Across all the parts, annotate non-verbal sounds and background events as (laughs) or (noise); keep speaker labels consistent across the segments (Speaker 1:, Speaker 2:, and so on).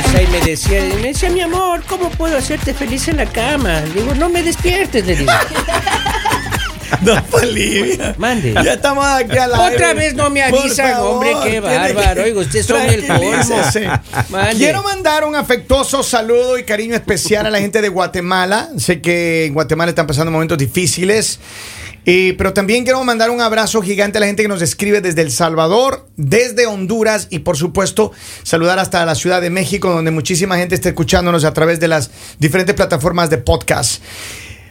Speaker 1: decía, y me decía, mi amor, ¿cómo puedo hacerte feliz en la cama? Le digo, no me despiertes,
Speaker 2: (laughs)
Speaker 1: le digo.
Speaker 2: No, Bolivia.
Speaker 1: Mande.
Speaker 2: Ya estamos aquí a la
Speaker 1: Otra vez no me avisan, hombre, qué bárbaro. Oiga, ustedes son el colmo. Mande.
Speaker 2: Quiero mandar un afectuoso saludo y cariño especial a la gente de Guatemala. Sé que en Guatemala están pasando momentos difíciles. Y- pero también quiero mandar un abrazo gigante a la gente que nos escribe desde El Salvador, desde Honduras y por supuesto saludar hasta la Ciudad de México donde muchísima gente está escuchándonos a través de las diferentes plataformas de podcast.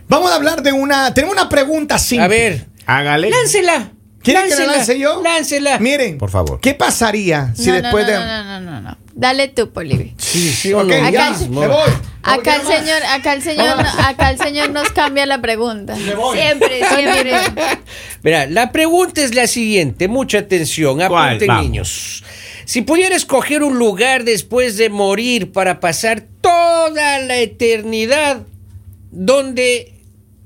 Speaker 2: Vamos a hablar de una... Tenemos una pregunta simple.
Speaker 1: A ver,
Speaker 3: Hágale.
Speaker 1: láncela.
Speaker 2: ¿Quieren que
Speaker 1: láncela,
Speaker 2: la lance yo?
Speaker 1: Láncela.
Speaker 2: Miren,
Speaker 3: Por favor.
Speaker 2: ¿Qué pasaría si
Speaker 4: no,
Speaker 2: después
Speaker 4: no,
Speaker 2: de.?
Speaker 4: no, no, no, no, no. Dale tú, Polivi.
Speaker 1: Sí, sí,
Speaker 2: Ok,
Speaker 1: uno
Speaker 2: ya,
Speaker 1: mismo.
Speaker 2: me voy.
Speaker 4: Acá el señor, acá el señor, acá el señor nos cambia la pregunta. Siempre,
Speaker 1: (laughs)
Speaker 4: siempre.
Speaker 1: Mira, la pregunta es la siguiente, mucha atención,
Speaker 3: ¿Cuál?
Speaker 1: apunten
Speaker 3: Vamos.
Speaker 1: niños. Si pudiera escoger un lugar después de morir para pasar toda la eternidad, ¿dónde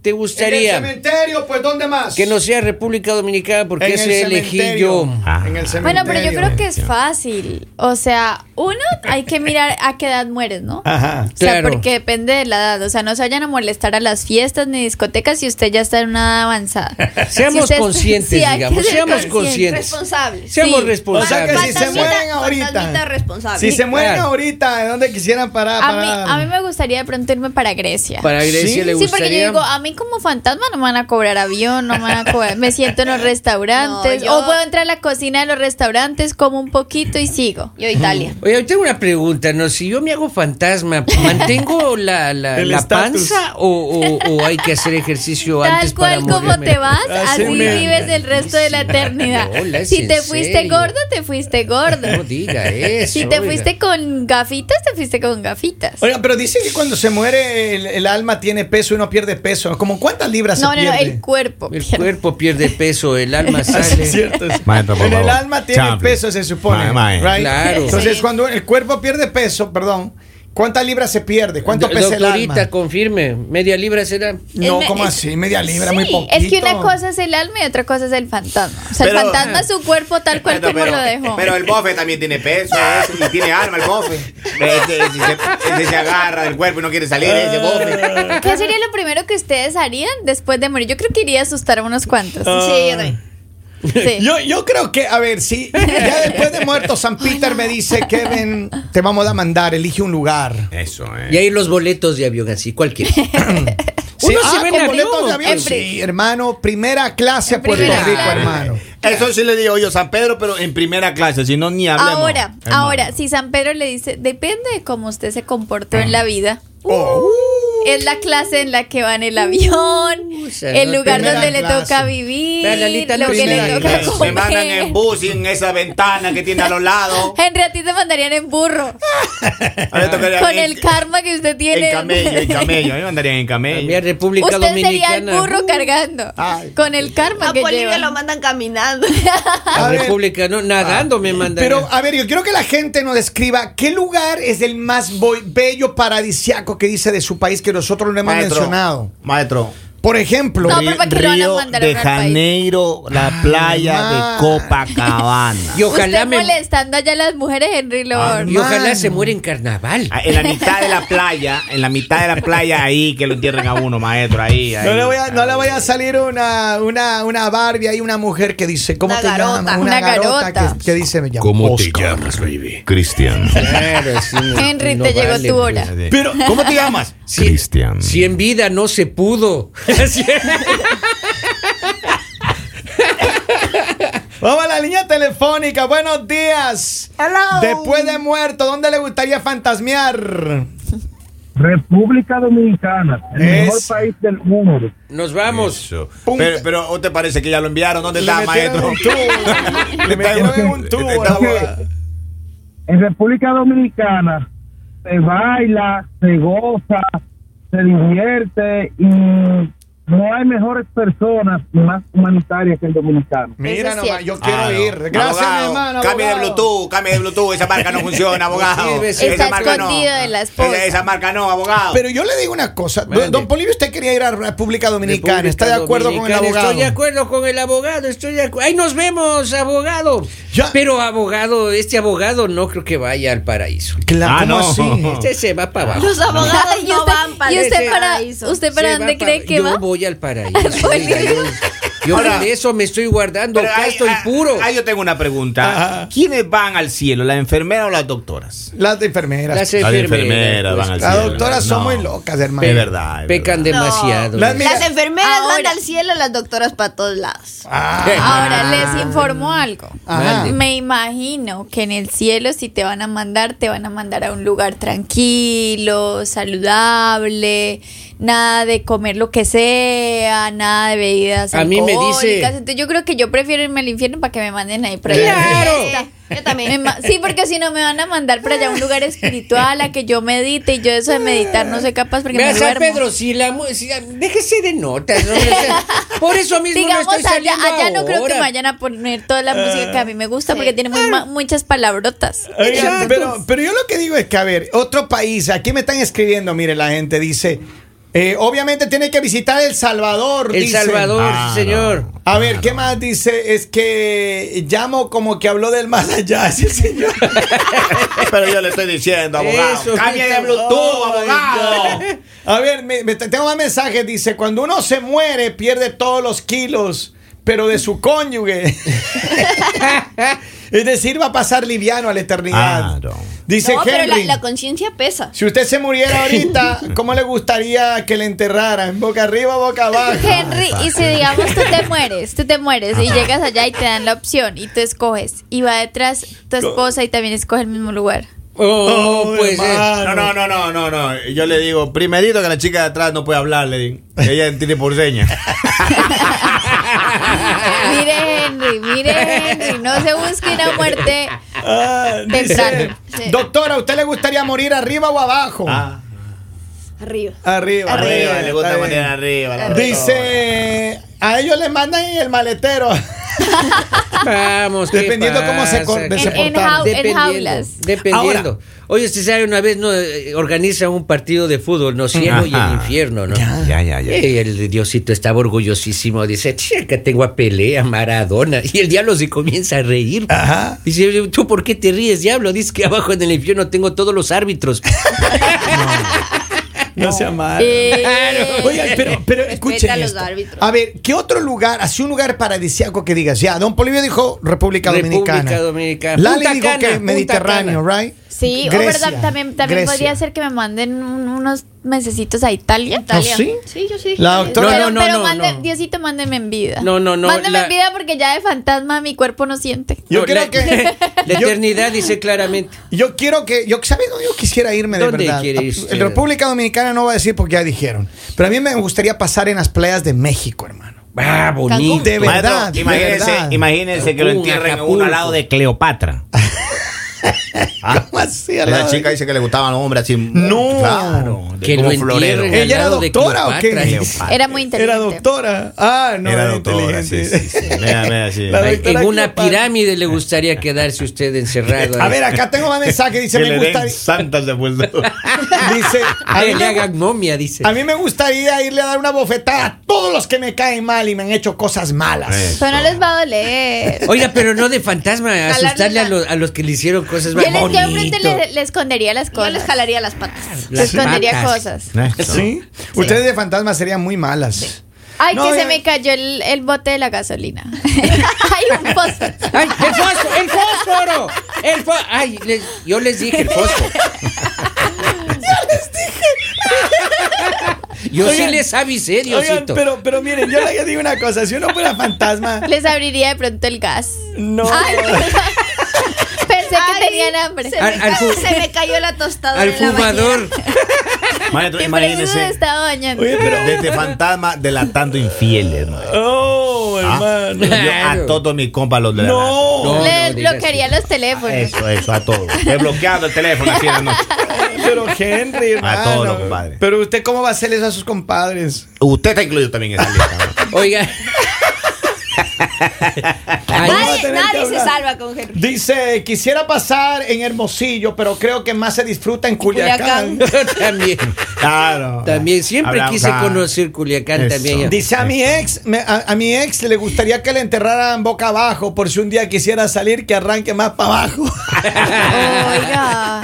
Speaker 1: te
Speaker 2: En el
Speaker 1: gustaría?
Speaker 2: cementerio, pues, ¿dónde más?
Speaker 1: Que no sea República Dominicana, porque
Speaker 2: En el
Speaker 1: ese elegí
Speaker 2: cementerio.
Speaker 1: yo.
Speaker 3: Ah.
Speaker 2: En el cementerio.
Speaker 4: Bueno, pero yo creo que es fácil. O sea, uno hay que mirar a qué edad mueres, ¿no?
Speaker 2: Ajá.
Speaker 4: O sea,
Speaker 1: Ah, Claro.
Speaker 4: porque depende de la edad. O sea, no se vayan a molestar a las fiestas ni discotecas si usted ya está en una
Speaker 1: (laughs)
Speaker 4: edad avanzada.
Speaker 1: Seamos
Speaker 4: usted- (laughs)
Speaker 1: conscientes,
Speaker 4: hay que
Speaker 1: digamos,
Speaker 4: ser
Speaker 1: seamos conscientes.
Speaker 5: Responsables.
Speaker 1: Seamos
Speaker 4: Sí.
Speaker 2: O sea
Speaker 1: responsables.
Speaker 2: que si se
Speaker 5: Fantasmita-
Speaker 2: mueren ahorita.
Speaker 5: fantasmita responsable.
Speaker 2: Si se mueren
Speaker 1: Claro.
Speaker 2: ahorita, ¿de dónde quisieran parar?
Speaker 4: A mí,
Speaker 2: parar?
Speaker 4: a mí me gustaría de pronto irme para Grecia.
Speaker 1: Para Grecia
Speaker 2: Sí.
Speaker 1: le
Speaker 4: Sí, porque
Speaker 1: gustaría.
Speaker 4: yo digo, ah. a mí como fantasma no me van a cobrar avión, no me van a cobrar, me siento
Speaker 1: (laughs)
Speaker 4: en los restaurantes,
Speaker 5: No, yo-
Speaker 4: o puedo entrar a la cocina de los restaurantes, como un poquito y sigo.
Speaker 5: Yo Italia.
Speaker 1: Oye, yo tengo una pregunta, ¿no? Si yo me hago fantasma, ¿mantengo la, la,
Speaker 2: El
Speaker 1: la
Speaker 2: estatus.
Speaker 1: panza o, o- o hay que hacer ejercicio antes
Speaker 4: Tal
Speaker 1: para
Speaker 4: cual como
Speaker 1: morirme?
Speaker 4: te vas,
Speaker 1: (laughs)
Speaker 2: Así
Speaker 4: así
Speaker 2: me-
Speaker 4: vives el resto de la eternidad.
Speaker 1: Hola, es
Speaker 4: Si
Speaker 1: en
Speaker 4: te fuiste
Speaker 1: serio.
Speaker 4: gordo, te fuiste gordo.
Speaker 1: Ah, No diga eso.
Speaker 4: (laughs) Si te
Speaker 1: oiga.
Speaker 4: fuiste con gafitas, te fuiste con gafitas.
Speaker 2: Oiga, pero dice que cuando se muere el, el alma tiene peso y uno pierde peso. ¿Cómo cuántas libras
Speaker 4: No,
Speaker 2: se
Speaker 4: no, no,
Speaker 2: pierde?
Speaker 4: el cuerpo.
Speaker 1: El cuerpo pierde peso, el
Speaker 4: (laughs)
Speaker 1: alma
Speaker 2: Así es
Speaker 1: sale.
Speaker 2: cierto.
Speaker 3: Maestro, por
Speaker 2: en el
Speaker 3: favor.
Speaker 2: alma tiene
Speaker 3: Chanfle.
Speaker 2: peso, se supone.
Speaker 3: Ma- eh. maestro.
Speaker 2: right?
Speaker 1: Claro.
Speaker 2: Entonces,
Speaker 4: Sí.
Speaker 2: cuando el cuerpo pierde peso, perdón, ¿cuántas libras se pierde? ¿Cuánto
Speaker 1: Do-
Speaker 2: pesa el alma?
Speaker 1: Doctorita, confirme, media libra será.
Speaker 2: No,
Speaker 5: Es me-
Speaker 2: como
Speaker 5: es-
Speaker 2: así, media libra, muy
Speaker 4: Sí,
Speaker 2: poquito.
Speaker 4: es que una cosa es el alma y otra cosa es el fantasma. O sea, el
Speaker 3: Pero-
Speaker 4: fantasma es su cuerpo tal cual
Speaker 3: Bueno,
Speaker 4: como lo dejó.
Speaker 3: pero el bofe también tiene (laughs) peso ese, y tiene alma el bofe. Este, Ese, ese se, ese se agarra del cuerpo y no quiere salir ese bofe.
Speaker 4: ¿Qué sería lo primero que ustedes harían después de morir? Yo creo que iría a asustar a unos cuantos.
Speaker 3: Ah.
Speaker 5: Sí, yo también.
Speaker 3: (laughs)
Speaker 4: Sí.
Speaker 2: Yo, yo creo que, a ver, sí, ya después de muerto, San Peter me dice, Kevin, te vamos a mandar, elige un lugar.
Speaker 3: Eso, eh.
Speaker 1: Y ahí los boletos de avión, así, cualquiera.
Speaker 2: Sí,
Speaker 1: Uno se
Speaker 2: ah,
Speaker 1: ve en
Speaker 2: con
Speaker 1: avión.
Speaker 2: boletos de avión.
Speaker 4: En
Speaker 2: Sí, hermano, primera clase a Puerto
Speaker 4: primera
Speaker 2: Rico,
Speaker 4: clase.
Speaker 2: hermano.
Speaker 3: Eso sí le digo yo, San Pedro, pero en primera clase, si no ni hablemos.
Speaker 4: ahora,
Speaker 3: hermano.
Speaker 4: ahora, si San Pedro le dice, depende de cómo usted se comportó
Speaker 3: Ah.
Speaker 4: en la vida. Uh,
Speaker 2: Oh,
Speaker 4: Es la clase en la que va en el avión,
Speaker 1: sea,
Speaker 4: el
Speaker 1: no,
Speaker 4: lugar
Speaker 2: primera
Speaker 4: donde le
Speaker 2: clase.
Speaker 4: toca vivir,
Speaker 1: Vea, Lalita,
Speaker 4: lo que
Speaker 1: primera
Speaker 4: le toca
Speaker 2: clase.
Speaker 3: Eh, Me
Speaker 4: comer.
Speaker 3: mandan en bus y en esa ventana que tiene a los (laughs) lados.
Speaker 4: Henry, a ti te mandarían en burro.
Speaker 3: A mí me tocaría
Speaker 4: Con
Speaker 3: en-
Speaker 4: el karma que usted tiene.
Speaker 3: En camello, en camello. A mí me mandarían en
Speaker 1: A mí a
Speaker 3: camello.
Speaker 1: República
Speaker 4: (laughs) Usted
Speaker 1: Dominicana.
Speaker 4: sería el burro cargando.
Speaker 2: Ay.
Speaker 4: Con el karma
Speaker 5: A
Speaker 4: que
Speaker 5: Bolivia
Speaker 4: lleva.
Speaker 5: lo mandan caminando. (laughs)
Speaker 2: A
Speaker 1: A
Speaker 2: ver. Ah,
Speaker 1: República, no, nadando me mandan.
Speaker 2: Pero, a ver, yo quiero que la gente nos describa qué lugar es el más bo- bello paradisiaco que dice de su país que nosotros no hemos mencionado.
Speaker 3: Maestro.
Speaker 2: Por ejemplo,
Speaker 4: No, pero ¿para qué lo van a mandar a otro país?
Speaker 2: Ah,
Speaker 3: la
Speaker 2: ma.
Speaker 3: Copacabana.
Speaker 1: y ojalá
Speaker 4: Usted
Speaker 1: me. Ah,
Speaker 4: molestando allá a las mujeres, Henry Lord.
Speaker 1: Y ojalá
Speaker 2: Mano.
Speaker 1: se muera en carnaval.
Speaker 3: Ah, En la mitad de la playa, en la mitad de la playa ahí que lo entierren a uno, maestro, ahí. ahí.
Speaker 2: No le voy a, no le voy a salir una, una, una Barbie ahí, una mujer que dice, ¿cómo
Speaker 5: Una
Speaker 2: te
Speaker 5: garota.
Speaker 2: llamas?
Speaker 4: Una garota.
Speaker 2: que, que dice, me llamo Oscar.
Speaker 3: llamas, baby? Cristian.
Speaker 1: Claro, (laughs) sí, no-
Speaker 4: Henry,
Speaker 1: no
Speaker 4: te llegó
Speaker 1: vale,
Speaker 4: tu
Speaker 1: pues.
Speaker 4: hora.
Speaker 3: Pero, ¿cómo te llamas?
Speaker 1: Si- Si en vida no se pudo. (laughs) Si-
Speaker 2: Vamos a la línea telefónica, buenos días. Después de muerto, ¿dónde le gustaría fantasmear?
Speaker 6: República Dominicana, el
Speaker 2: Es-
Speaker 6: mejor país del mundo.
Speaker 1: Nos vamos.
Speaker 3: Eso. Pero, pero, ¿o te parece que ya lo enviaron? ¿Dónde está, maestro? (laughs)
Speaker 2: Le metieron en un tubo. Le metieron en un tubo.
Speaker 3: Está-
Speaker 2: la boda.
Speaker 6: En República Dominicana se baila, se goza, se divierte y No hay mejores personas ni más humanitarias que el dominicano.
Speaker 2: Mira
Speaker 4: es
Speaker 2: nomás, yo
Speaker 4: cierto.
Speaker 2: quiero
Speaker 3: Ah, no.
Speaker 2: ir. Gracias,
Speaker 3: Abogado,
Speaker 2: mi hermano.
Speaker 3: Cambie de
Speaker 2: abogado.
Speaker 3: Bluetooth, cambie de Bluetooth. Esa marca no funciona, abogado.
Speaker 1: sirve,
Speaker 3: Esa
Speaker 1: sí.
Speaker 4: Está
Speaker 3: marca
Speaker 4: escondido de la esposa.
Speaker 3: Esa, esa marca no, abogado.
Speaker 2: Pero yo le digo una cosa. Don-
Speaker 1: Ah. Mande.
Speaker 2: Don Polivio, usted quería ir a República Dominicana. ¿Está de
Speaker 1: República
Speaker 2: acuerdo con el
Speaker 1: Dominicana.
Speaker 2: abogado?
Speaker 1: Estoy de acuerdo con el abogado, estoy de acuerdo. Ahí nos vemos, abogado.
Speaker 2: Ya.
Speaker 1: Pero abogado, este abogado no creo que vaya al paraíso.
Speaker 2: Claro,
Speaker 3: Ah,
Speaker 2: ¿cómo
Speaker 3: no.
Speaker 1: (laughs)
Speaker 2: así?
Speaker 1: Este se va para abajo.
Speaker 5: Los
Speaker 4: (laughs)
Speaker 5: abogados
Speaker 4: ¿Y
Speaker 5: no
Speaker 4: usted-
Speaker 5: van para
Speaker 4: ¿Y usted
Speaker 5: ese
Speaker 4: para,
Speaker 5: paraíso.
Speaker 4: usted para
Speaker 1: Se
Speaker 4: dónde
Speaker 1: va
Speaker 4: cree
Speaker 1: pa-
Speaker 4: que
Speaker 1: yo
Speaker 4: va?
Speaker 1: voy
Speaker 4: (laughs)
Speaker 1: al paraíso. oiga, yo yo
Speaker 3: Ahora-
Speaker 1: de eso me estoy guardando.
Speaker 3: Pero
Speaker 1: Acá
Speaker 3: ahí-
Speaker 1: estoy
Speaker 3: ah,
Speaker 1: puro.
Speaker 3: Ahí yo tengo una pregunta.
Speaker 2: Ajá.
Speaker 3: ¿Quiénes van al cielo, las enfermeras o las doctoras?
Speaker 2: Las enfermeras.
Speaker 1: Las
Speaker 3: Las
Speaker 1: enfermeras,
Speaker 3: enfermeras
Speaker 1: pues,
Speaker 3: van al
Speaker 2: Las
Speaker 3: cielo.
Speaker 2: doctoras son
Speaker 3: No.
Speaker 2: muy locas, hermano.
Speaker 3: Es verdad. es
Speaker 1: pecan
Speaker 3: verdad.
Speaker 1: demasiado.
Speaker 2: Las- mira-
Speaker 5: Las enfermeras
Speaker 4: Ahora-
Speaker 5: van al cielo, las doctoras para todos lados.
Speaker 2: Ah.
Speaker 1: (laughs) Ah.
Speaker 4: Ahora les informo algo.
Speaker 2: Ajá.
Speaker 4: Me imagino que en el cielo si te van a mandar, te van a mandar a un lugar tranquilo, saludable, nada de comer lo que sea, nada de bebidas
Speaker 1: A mí me dice-
Speaker 4: alcohólicas. Entonces yo creo que yo prefiero irme al infierno para que me manden ahí para
Speaker 1: Eh.
Speaker 4: allá.
Speaker 1: Claro.
Speaker 5: Sí, Yo también.
Speaker 4: Me ma- Sí, porque si no me van a mandar para allá a un lugar espiritual a que yo medite y yo de eso de meditar no soy capaz porque
Speaker 1: Vea,
Speaker 4: me
Speaker 1: San
Speaker 4: duermo.
Speaker 1: Pedro, si la mu- si- déjese de notas. ¿no? O sea, Por eso mismo
Speaker 4: Digamos,
Speaker 1: no estoy
Speaker 4: allá,
Speaker 1: saliendo
Speaker 4: allá no creo que
Speaker 1: ahora.
Speaker 4: me vayan a poner toda la música que a mí me gusta porque tiene muy ma- muchas palabrotas.
Speaker 2: Oigan,
Speaker 1: Exacto.
Speaker 2: pero, pero yo lo que digo es que, a ver, otro país, aquí me están escribiendo, mire, la gente dice, eh, obviamente tiene que visitar El Salvador.
Speaker 1: El
Speaker 2: dicen.
Speaker 1: Salvador,
Speaker 3: Ah,
Speaker 1: sí, señor.
Speaker 3: no.
Speaker 2: A ver, ¿qué más dice? Es que llamo como que habló del más allá, (laughs) ese señor.
Speaker 3: (laughs) Pero yo le estoy diciendo,
Speaker 1: Eso,
Speaker 3: abogado. Cambie de
Speaker 1: Cristo.
Speaker 3: Bluetooth,
Speaker 2: Oh, my (laughs)
Speaker 3: abogado.
Speaker 2: A ver, me- me- tengo más mensajes, dice, cuando uno se muere pierde todos los kilos, pero de su
Speaker 3: (laughs)
Speaker 2: cónyuge. es decir, va a pasar liviano a la eternidad.
Speaker 3: Claro.
Speaker 2: Dice
Speaker 5: no, pero la,
Speaker 2: Henry.
Speaker 5: la conciencia pesa.
Speaker 2: Si usted se muriera
Speaker 3: (laughs)
Speaker 2: ahorita, ¿cómo le gustaría que le enterraran? ¿Boca arriba o boca
Speaker 1: Ah,
Speaker 2: abajo?
Speaker 4: Henry, y si digamos tú te mueres, tú te mueres y llegas allá y te dan la opción y tú escoges y va detrás tu esposa y también escoge el mismo lugar.
Speaker 1: Oh,
Speaker 2: Oh,
Speaker 1: pues. eh,
Speaker 2: hermano.
Speaker 3: No, no, no, no, no, no. Yo le digo, primerito que la chica de atrás no puede hablar, le digo. Ella (laughs) entiende por
Speaker 2: (laughs)
Speaker 3: señas.
Speaker 4: Mire Henry, mire Henry, no se busque una muerte.
Speaker 2: Ah, dice,
Speaker 4: Temprano. Sí.
Speaker 2: Doctora, ¿a usted le gustaría morir arriba o abajo?
Speaker 3: Ah,
Speaker 5: Arriba.
Speaker 2: Arriba,
Speaker 5: Arriba,
Speaker 2: arriba,
Speaker 3: le gusta
Speaker 2: está
Speaker 3: poner
Speaker 2: bien.
Speaker 3: arriba. la doctora.
Speaker 2: Dice, a ellos les mandan en el maletero.
Speaker 1: Vamos, ¿qué
Speaker 2: Dependiendo cómo se
Speaker 1: pasa?
Speaker 2: cor- En-
Speaker 4: en
Speaker 2: deportaron.
Speaker 4: jau- en jaulas.
Speaker 1: Dependiendo.
Speaker 2: Ahora.
Speaker 1: Oye, se sabe, una vez no eh, organiza un partido de fútbol, no cielo y el
Speaker 3: Ajá.
Speaker 1: infierno, ¿no?
Speaker 3: Ya, ya, ya.
Speaker 1: Y el Diosito estaba orgullosísimo. Dice, "Che, acá tengo a Pelé, a Maradona. Y el diablo se comienza a reír.
Speaker 2: Ajá.
Speaker 1: Dice, ¿tú por qué te ríes, diablo? Dice que abajo en el infierno tengo todos los árbitros. (laughs)
Speaker 2: No sea malo.
Speaker 4: Eh,
Speaker 2: Oigan, pero, pero
Speaker 5: Respeta
Speaker 2: escuchen
Speaker 5: a los
Speaker 2: esto.
Speaker 5: árbitros.
Speaker 2: A ver, ¿qué otro lugar, así un lugar paradisíaco que digas? Ya, Don Polivio dijo República Dominicana.
Speaker 1: República Dominicana.
Speaker 2: Lali
Speaker 1: Punta
Speaker 2: dijo
Speaker 1: Cana,
Speaker 2: que
Speaker 1: Punta
Speaker 2: Mediterráneo,
Speaker 1: Cana.
Speaker 2: right?
Speaker 4: Sí, o
Speaker 2: Grecia,
Speaker 4: verdad, también, también
Speaker 2: Grecia.
Speaker 4: podría ser que me manden un- unos mesecitos a Italia.
Speaker 5: Italia.
Speaker 2: ¿Ah, ¿sí?
Speaker 5: yo sí dije Italia.
Speaker 2: La doctora-
Speaker 4: pero
Speaker 1: ¿Ah, no, no,
Speaker 4: pero
Speaker 1: no,
Speaker 4: mande-
Speaker 1: no.
Speaker 4: Diosito, mándeme en vida.
Speaker 1: No, no, no,
Speaker 4: Mándeme
Speaker 1: la-
Speaker 4: en vida porque ya de fantasma mi cuerpo no siente.
Speaker 2: Yo
Speaker 1: No,
Speaker 2: creo
Speaker 1: la-
Speaker 2: que.
Speaker 1: (laughs) La
Speaker 2: yo-
Speaker 1: eternidad dice claramente.
Speaker 2: Yo quiero que. Yo, ¿Sabes dónde yo quisiera irme de
Speaker 1: ¿Dónde
Speaker 2: verdad?
Speaker 1: quiere ir usted?
Speaker 2: En República Dominicana no va a decir porque ya dijeron. Pero a mí me gustaría pasar en las playas de México, hermano.
Speaker 1: Ah, bonito.
Speaker 2: De
Speaker 3: Maestro,
Speaker 2: verdad, de
Speaker 3: imagínense,
Speaker 2: verdad.
Speaker 3: imagínense que lo
Speaker 1: Cancún,
Speaker 3: entierren a
Speaker 1: Acapulco.
Speaker 3: uno al lado de Cleopatra.
Speaker 1: Ah.
Speaker 2: (laughs) ¿Cómo así, al
Speaker 3: La
Speaker 2: lado
Speaker 3: chica dice que le gustaban los hombres así.
Speaker 2: No.
Speaker 3: Claro. de
Speaker 1: Que
Speaker 3: como
Speaker 1: lo
Speaker 3: florero.
Speaker 1: entierren al
Speaker 2: ¿Ella era
Speaker 1: lado de
Speaker 2: doctora o qué?
Speaker 1: Cleopatra.
Speaker 4: Era
Speaker 2: (laughs)
Speaker 4: muy
Speaker 2: Era
Speaker 4: inteligente.
Speaker 2: doctora. Ah, no,
Speaker 3: Era
Speaker 2: era
Speaker 3: doctora,
Speaker 2: inteligente.
Speaker 3: sí, sí, sí. (laughs) Mira, mira, sí.
Speaker 2: La
Speaker 3: Ahí-
Speaker 2: doctora
Speaker 1: En una
Speaker 2: Cleopatra.
Speaker 1: pirámide le gustaría quedarse usted encerrado.
Speaker 2: A ver, acá tengo más mensaje. Dice,
Speaker 3: (laughs) Que
Speaker 2: me
Speaker 3: le den
Speaker 2: gustaría.
Speaker 3: santas de puesto.
Speaker 2: Dice, a
Speaker 1: Ah, (laughs)
Speaker 2: mí
Speaker 1: le
Speaker 2: me-
Speaker 1: hagan momia, dice.
Speaker 2: a mí me gustaría irle a dar una bofetada a todos los que me caen mal y me han hecho cosas malas.
Speaker 3: Eh.
Speaker 4: Pero no les va a
Speaker 1: (laughs)
Speaker 4: doler.
Speaker 1: Oiga, pero no de fantasma,
Speaker 4: Jalarle
Speaker 1: asustarle a
Speaker 4: la-
Speaker 1: los, a los que le hicieron cosas
Speaker 4: Yo, les, yo
Speaker 1: malas.
Speaker 4: enfrente le, le escondería las
Speaker 5: Yo
Speaker 4: cosas.
Speaker 5: les jalaría las patas.
Speaker 4: Le escondería cosas.
Speaker 2: ¿Sí? Ustedes de fantasmas serían muy malas.
Speaker 4: Ay,
Speaker 2: No, ya-
Speaker 4: que se me cayó el, el bote de la gasolina. (laughs) Hay un fósforo.
Speaker 1: ¡Ay, el fósforo! ¡El fósforo! El fó- ¡Ay! les- yo les dije el fósforo. Yo
Speaker 2: Oigan,
Speaker 1: sí les avisé,
Speaker 2: Oigan,
Speaker 1: Diosito.
Speaker 2: pero, pero miren, yo les digo una cosa. Si uno
Speaker 1: (laughs)
Speaker 2: fuera fantasma,
Speaker 4: Les abriría de pronto el gas.
Speaker 2: no.
Speaker 4: Ay, pensé que
Speaker 5: Ay,
Speaker 4: tenían hambre.
Speaker 5: Se,
Speaker 1: Al-
Speaker 5: me,
Speaker 1: al
Speaker 5: cayó,
Speaker 1: fu-
Speaker 5: se me cayó la tostadora.
Speaker 1: Al
Speaker 5: en la
Speaker 1: fumador.
Speaker 5: bañera.
Speaker 3: Maestro,
Speaker 4: Y por eso se
Speaker 3: imagínense. este
Speaker 4: estaba bañando.
Speaker 2: Oye, pero-
Speaker 3: Desde fantasma delatando infieles, maestro.
Speaker 2: Oh,
Speaker 3: Ah,
Speaker 7: hermano.
Speaker 3: Yo
Speaker 1: Claro.
Speaker 3: a todos mis compas los de la
Speaker 7: No.
Speaker 1: No,
Speaker 4: Le
Speaker 1: no digas
Speaker 4: bloquearía los teléfonos.
Speaker 3: Eso, eso, a todos. He bloqueado el teléfono así en la noche.
Speaker 2: Pero Henry, hermano.
Speaker 3: A todos los compadres.
Speaker 2: Pero usted, ¿cómo va a hacer eso a sus compadres?
Speaker 3: Usted está incluido también en esa lista.
Speaker 2: (laughs)
Speaker 3: ¿no?
Speaker 1: Oiga. Ahí- (laughs)
Speaker 2: va a
Speaker 5: Nadie,
Speaker 2: tener que
Speaker 5: nadie se
Speaker 2: hablar.
Speaker 5: salva con Henry.
Speaker 2: Dice, quisiera pasar en Hermosillo, pero creo que más se disfruta en Culiacán.
Speaker 5: Culiacán.
Speaker 1: yo también.
Speaker 3: Claro.
Speaker 1: También siempre
Speaker 3: Hablamos,
Speaker 1: quise
Speaker 3: ah,
Speaker 1: conocer Culiacán
Speaker 3: Eso.
Speaker 1: también.
Speaker 2: Dice a mi ex, me- a, a mi ex le gustaría que le enterraran boca abajo, por si un día quisiera salir, que arranque más para
Speaker 1: (laughs)
Speaker 2: abajo.
Speaker 4: Oiga,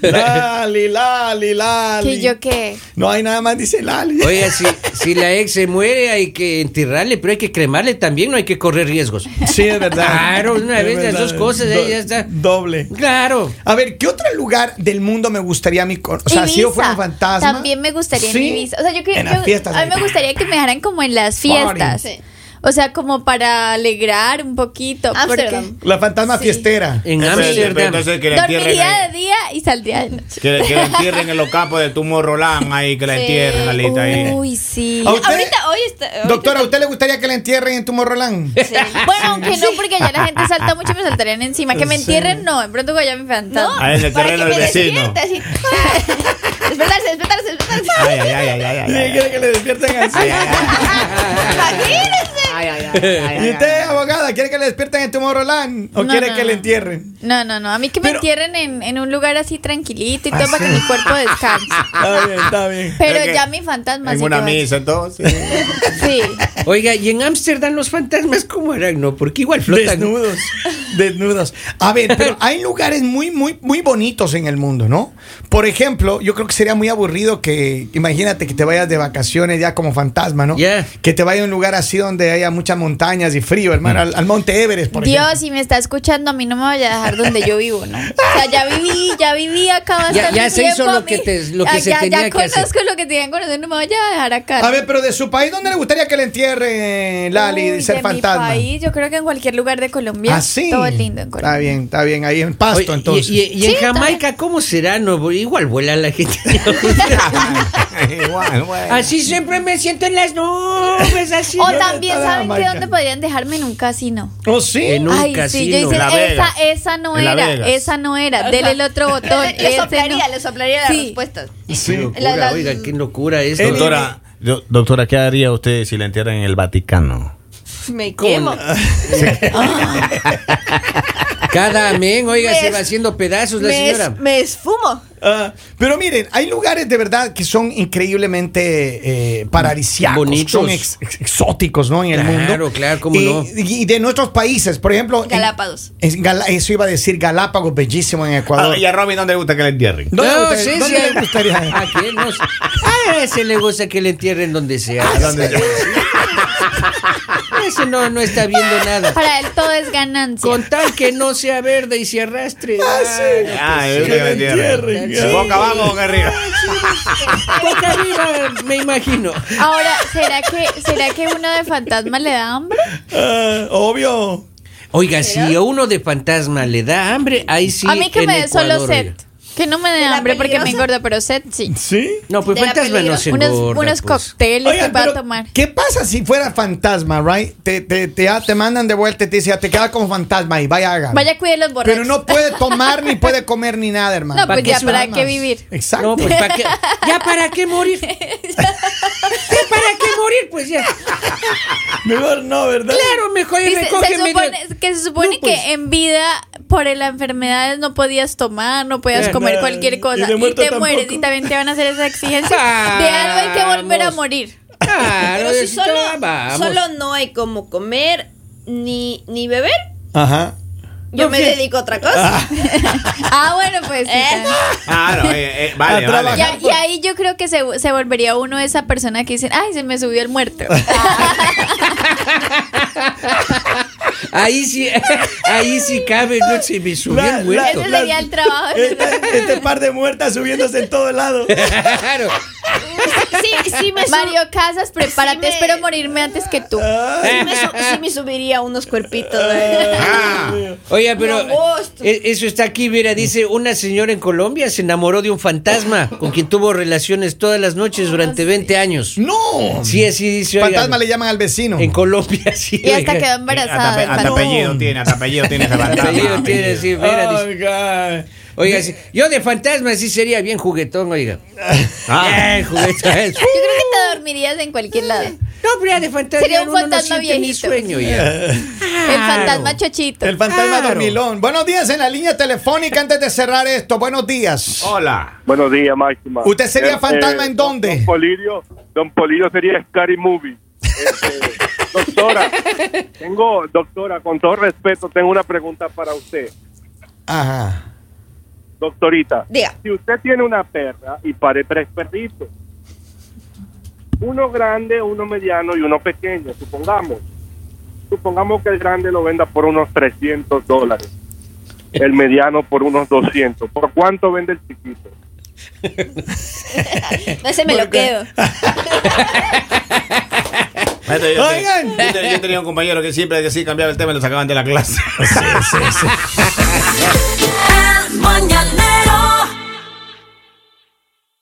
Speaker 2: lali, lali, lali.
Speaker 4: que yo qué.
Speaker 2: No hay nada más, dice Lali.
Speaker 1: Oiga, si, si la ex se muere hay que enterrarle, pero hay que cremarle también, no hay que correr riesgos.
Speaker 2: Sí, es verdad.
Speaker 1: Claro, una
Speaker 2: Es
Speaker 1: vez las
Speaker 2: verdad.
Speaker 1: dos cosas, ahí
Speaker 2: Do-
Speaker 1: ya está.
Speaker 2: Doble.
Speaker 1: Claro.
Speaker 2: A ver, ¿qué otro lugar del mundo me gustaría a mí? con- O sea, si yo fuera un
Speaker 4: Ibiza.
Speaker 2: fantasma.
Speaker 4: También me gustaría
Speaker 2: Sí.
Speaker 4: en Ibiza. O sea, yo, que-
Speaker 2: En las
Speaker 4: yo-
Speaker 2: fiestas
Speaker 4: a mí
Speaker 2: ahí.
Speaker 4: me gustaría que me dejaran como en las fiestas.
Speaker 5: Sí.
Speaker 4: O sea, como para alegrar un poquito.
Speaker 5: Ámsterdam.
Speaker 4: porque
Speaker 2: La fantasma fiestera.
Speaker 1: En
Speaker 3: Entonces,
Speaker 1: Ámsterdam.
Speaker 3: Entonces que la entierren
Speaker 4: Dormiría de
Speaker 3: ahí.
Speaker 4: día y saldría de noche.
Speaker 3: Que, que la entierren en los campos de tumor Rolán ahí, que la
Speaker 5: Sí.
Speaker 3: entierren la lista ahí.
Speaker 4: Uy, sí.
Speaker 2: ¿A usted,
Speaker 5: Ahorita, hoy está. hoy
Speaker 2: doctora, ¿a usted le gustaría que la entierren en Tomorrowland?
Speaker 1: (laughs)
Speaker 4: Bueno, aunque no, porque allá la
Speaker 2: (laughs)
Speaker 4: gente salta mucho y me saltarían encima. Que me entierren, no. De pronto allá me
Speaker 5: No,
Speaker 4: fantasma.
Speaker 3: Ahí Ah, en el
Speaker 5: para
Speaker 3: terreno
Speaker 5: que
Speaker 3: del
Speaker 5: me
Speaker 3: vecino. Ah,
Speaker 5: despierte, así. (laughs) Despertarse, despertarse, despertarse.
Speaker 3: Ay, ay, ay, ay, ay, ay, ay.
Speaker 2: que le despierten así?
Speaker 3: ah,
Speaker 5: Imagínense.
Speaker 2: ¿Y usted, abogada, quiere que le despierten en Tomorrowland o
Speaker 4: No,
Speaker 2: quiere
Speaker 4: no,
Speaker 2: que le
Speaker 4: no.
Speaker 2: entierren?
Speaker 4: No, no, no. A mí que me
Speaker 2: Pero- Ah,
Speaker 4: entierren en, en un lugar así tranquilito y todo para que mi
Speaker 2: (laughs)
Speaker 4: cuerpo descanse.
Speaker 2: Está bien, está bien.
Speaker 4: Pero
Speaker 3: Es que
Speaker 4: ya mi fantasma
Speaker 3: En
Speaker 4: sí
Speaker 3: una
Speaker 4: que va-
Speaker 3: misa, entonces.
Speaker 4: Sí.
Speaker 1: (laughs) Oiga, y en Ámsterdam los fantasmas cómo eran, no, porque igual flotan.
Speaker 2: Desnudos, desnudos. A ver,
Speaker 4: (laughs)
Speaker 2: pero hay lugares muy, muy, muy bonitos en el mundo, ¿no? Por ejemplo, yo creo que sería muy aburrido que, imagínate que te vayas de vacaciones ya como fantasma, ¿no?
Speaker 1: Ya.
Speaker 2: Que te vayas a un lugar así donde haya muchas montañas y frío, hermano, al, al Monte Everest, por
Speaker 4: Dios,
Speaker 2: ejemplo.
Speaker 4: si me está escuchando, a mí no me vaya a dejar donde yo vivo, ¿no? O sea, ya viví, ya viví acá bastante
Speaker 1: ya se hizo
Speaker 4: tiempo,
Speaker 1: lo
Speaker 4: a mí-
Speaker 1: que te- lo que
Speaker 4: ya,
Speaker 1: se
Speaker 4: ya-
Speaker 1: tenía
Speaker 4: ya
Speaker 1: que hacer.
Speaker 4: conozco lo que tenía que conocer, no me vaya a dejar acá.
Speaker 2: A ver, pero de su país, ¿dónde le gustaría que le entierren, Lali,
Speaker 4: Uy,
Speaker 2: ser
Speaker 4: de
Speaker 2: fantasma?
Speaker 4: Mi país, yo creo que en cualquier lugar de Colombia.
Speaker 2: Ah, sí.
Speaker 4: Todo lindo en Colombia.
Speaker 2: Está bien, está bien. Ahí en
Speaker 1: Oye,
Speaker 2: pasto, entonces. (laughs)
Speaker 1: Y, y- y en
Speaker 4: Sí, está
Speaker 1: Jamaica, ¿cómo será? No, igual vuela la gente.
Speaker 3: Igual, bueno.
Speaker 1: así siempre me siento en las nubes, así.
Speaker 4: O
Speaker 2: yo no
Speaker 4: también,
Speaker 2: estaba en
Speaker 4: ¿saben que
Speaker 2: Jamaica.
Speaker 4: dónde podrían dejarme en un casino?
Speaker 2: ¿Oh, sí?
Speaker 1: En un
Speaker 4: Ay, sí,
Speaker 1: casino.
Speaker 4: yo hice
Speaker 3: En La Vegas.
Speaker 4: esa, esa no
Speaker 3: En La
Speaker 4: era,
Speaker 3: Vegas.
Speaker 4: esa no era. Dele
Speaker 5: (laughs)
Speaker 4: el otro botón.
Speaker 5: Le, le
Speaker 4: ese no.
Speaker 5: soplaría, le soplaría las
Speaker 4: Sí.
Speaker 5: respuestas.
Speaker 1: Qué locura,
Speaker 5: La- la-
Speaker 1: oiga, qué locura esto.
Speaker 2: Eh,
Speaker 3: Doctora, do- doctora, ¿qué haría usted si la entierran en el Vaticano?
Speaker 5: Me quemo.
Speaker 3: Ah,
Speaker 1: Cada amén, oiga,
Speaker 5: Me
Speaker 1: se
Speaker 5: es-
Speaker 1: va haciendo pedazos la
Speaker 5: Me,
Speaker 1: señora.
Speaker 5: es- me esfumo.
Speaker 2: Ah, pero miren, hay lugares de verdad que son increíblemente eh, paradisíacos,
Speaker 1: Bonitos.
Speaker 2: son ex- ex- exóticos, ¿no? En el
Speaker 1: Claro,
Speaker 2: mundo.
Speaker 1: claro, cómo
Speaker 2: y,
Speaker 1: no.
Speaker 2: Y de nuestros países, por ejemplo. en-
Speaker 5: Galápagos.
Speaker 2: en Gala- eso iba a decir Galápagos, bellísimo en Ecuador.
Speaker 3: Ah, ¿Y a Robin dónde le gusta que la entierren?
Speaker 2: ¿Dónde le gustaría-
Speaker 1: sí,
Speaker 2: dónde
Speaker 1: sí. (laughs)
Speaker 2: le gustaría?
Speaker 1: ¿A quién no? A ese le gusta que le entierren donde sea.
Speaker 2: Ah,
Speaker 3: ¿A dónde?
Speaker 1: Ese no, no está viendo nada.
Speaker 4: Para él todo es ganancia.
Speaker 1: Con tal que no sea verde y se arrastre.
Speaker 3: Ah, le gusta que la entierren.
Speaker 1: Sí.
Speaker 3: Boca abajo, boca arriba.
Speaker 1: Boca arriba, me imagino.
Speaker 4: Ahora, ¿será que, ¿será que uno de fantasma le da hambre?
Speaker 2: Ah, obvio.
Speaker 1: Oiga, si a uno de fantasma le da hambre, ahí sí.
Speaker 4: a mí que
Speaker 1: en
Speaker 4: me dé solo
Speaker 1: Ecuador,
Speaker 4: set.
Speaker 1: oiga.
Speaker 4: Que no me dé
Speaker 5: ¿De la
Speaker 4: hambre porque me
Speaker 5: peligrosa?
Speaker 4: engorda, pero set sí.
Speaker 2: Sí.
Speaker 1: No, pues
Speaker 5: De la
Speaker 1: fantasma no se
Speaker 4: unos
Speaker 1: engorda,
Speaker 4: unos
Speaker 1: pues.
Speaker 4: cócteles
Speaker 2: Oigan,
Speaker 4: que va a
Speaker 2: pero,
Speaker 4: tomar.
Speaker 2: ¿Qué pasa si fuera fantasma, right? Te, te, te, ah, te mandan de vuelta y te dicen, "Ah, te queda como fantasma y vaya haga.
Speaker 4: Vaya a cuidar los borrachos.
Speaker 2: Pero no puede tomar ni puede comer ni nada, hermano.
Speaker 4: No, pues
Speaker 1: qué
Speaker 4: ya, ¿para
Speaker 1: sudamas?
Speaker 4: qué vivir?
Speaker 2: Exacto.
Speaker 1: No,
Speaker 2: (laughs)
Speaker 1: pues ¿para qué? ¿Ya para qué
Speaker 4: (laughs)
Speaker 1: morir? ¿Ya para qué morir? Pues ya.
Speaker 2: Mejor no, ¿verdad?
Speaker 1: Claro, mejor y
Speaker 4: Dice, se
Speaker 1: recógeme.
Speaker 4: supone, que se supone
Speaker 1: No, pues.
Speaker 4: que en vida por la enfermedad no podías tomar, no podías
Speaker 2: Eh,
Speaker 4: comer
Speaker 2: nada,
Speaker 4: cualquier
Speaker 2: y
Speaker 4: cosa
Speaker 2: de
Speaker 4: y,
Speaker 2: muerto
Speaker 4: te
Speaker 2: tampoco.
Speaker 4: mueres y también te van a hacer
Speaker 2: (laughs)
Speaker 4: esa exigencia de algo hay que volver a
Speaker 1: Vamos.
Speaker 4: morir.
Speaker 1: Claro,
Speaker 3: Ah,
Speaker 5: Pero si
Speaker 1: Diosito,
Speaker 5: solo,
Speaker 1: vamos.
Speaker 5: solo no hay como comer ni, ni beber,
Speaker 2: Ajá.
Speaker 5: yo
Speaker 1: No,
Speaker 5: me
Speaker 1: sí.
Speaker 5: dedico a otra cosa.
Speaker 4: Ah, bueno, pues sí,
Speaker 5: Eso.
Speaker 4: también.
Speaker 3: Claro, eh, eh, vale,
Speaker 2: A
Speaker 3: vale.
Speaker 4: Y, a- y ahí yo creo que se, se volvería uno esa persona que dicen, ay, se me subió
Speaker 2: (laughs)
Speaker 4: el muerto.
Speaker 1: Ahí sí, (laughs) ahí sí cabe, no se me subió
Speaker 2: La-
Speaker 1: el muerto.
Speaker 4: Ese sería el
Speaker 2: Eh,
Speaker 4: trabajo.
Speaker 2: Este, este par de muertas subiéndose en todo lado.
Speaker 1: Claro.
Speaker 5: (laughs) Sí, sí, sí me su-
Speaker 4: (laughs) Mario Casas, prepárate,
Speaker 5: Sí me-
Speaker 4: espero morirme antes que tú.
Speaker 2: Ah.
Speaker 5: sí me, su- sí me subiría unos cuerpitos.
Speaker 3: (laughs) Ah,
Speaker 1: Oye, pero
Speaker 5: Mi agosto.
Speaker 1: eh, eso está aquí, mira, dice, una señora en Colombia se enamoró de un fantasma con quien tuvo relaciones todas las noches
Speaker 4: Ah,
Speaker 1: durante 20 años.
Speaker 2: (laughs) ¡No!
Speaker 1: Sí, así dice. oigan,
Speaker 2: Fantasma le llaman al vecino.
Speaker 1: En Colombia, (laughs) sí.
Speaker 4: Y hasta
Speaker 1: oigan.
Speaker 4: quedó
Speaker 3: hasta,
Speaker 4: embarazada.
Speaker 2: Eh,
Speaker 3: ape-
Speaker 4: del
Speaker 3: hasta
Speaker 4: fantasma.
Speaker 3: apellido tiene, hasta apellido
Speaker 2: (laughs)
Speaker 3: tiene esa bandada.
Speaker 1: Apellido tiene, sí, mira,
Speaker 2: Oh,
Speaker 1: dice. Oiga, sí, yo de fantasma sí sería bien juguetón, oiga.
Speaker 2: Ah.
Speaker 3: Ah.
Speaker 1: Bien juguetón.
Speaker 4: (laughs) Yo creo que
Speaker 2: Oh.
Speaker 4: te dormirías en cualquier lado.
Speaker 1: No, pero ya de fantasma.
Speaker 4: Sería un
Speaker 1: uno no
Speaker 4: fantasma
Speaker 1: siente ni
Speaker 4: viejito.
Speaker 1: sueño ya.
Speaker 4: El fantasma chochito.
Speaker 2: El fantasma
Speaker 1: Claro.
Speaker 2: dormilón. Buenos días en la línea telefónica antes de cerrar esto. Buenos días.
Speaker 3: Hola.
Speaker 7: Buenos días, Máxima. Este,
Speaker 2: ¿Usted sería fantasma en
Speaker 7: don-
Speaker 2: dónde?
Speaker 7: Don Polilio, don Polilio sería Scary Movie. Este, doctora, tengo, doctora, con todo respeto, tengo una pregunta para usted.
Speaker 2: Ajá.
Speaker 7: Doctorita,
Speaker 5: Diga.
Speaker 7: si usted tiene una perra y pare tres perritos, uno grande, uno mediano y uno pequeño, supongamos. Supongamos que el grande lo venda por unos 300 dólares, el mediano por unos 200. ¿Por cuánto vende el chiquito?
Speaker 4: No se me lo quedo.
Speaker 3: Maestro, yo,
Speaker 2: Oigan.
Speaker 3: te- yo te- yo tenía un compañero que siempre que sí cambiaba el tema y lo sacaban de la clase.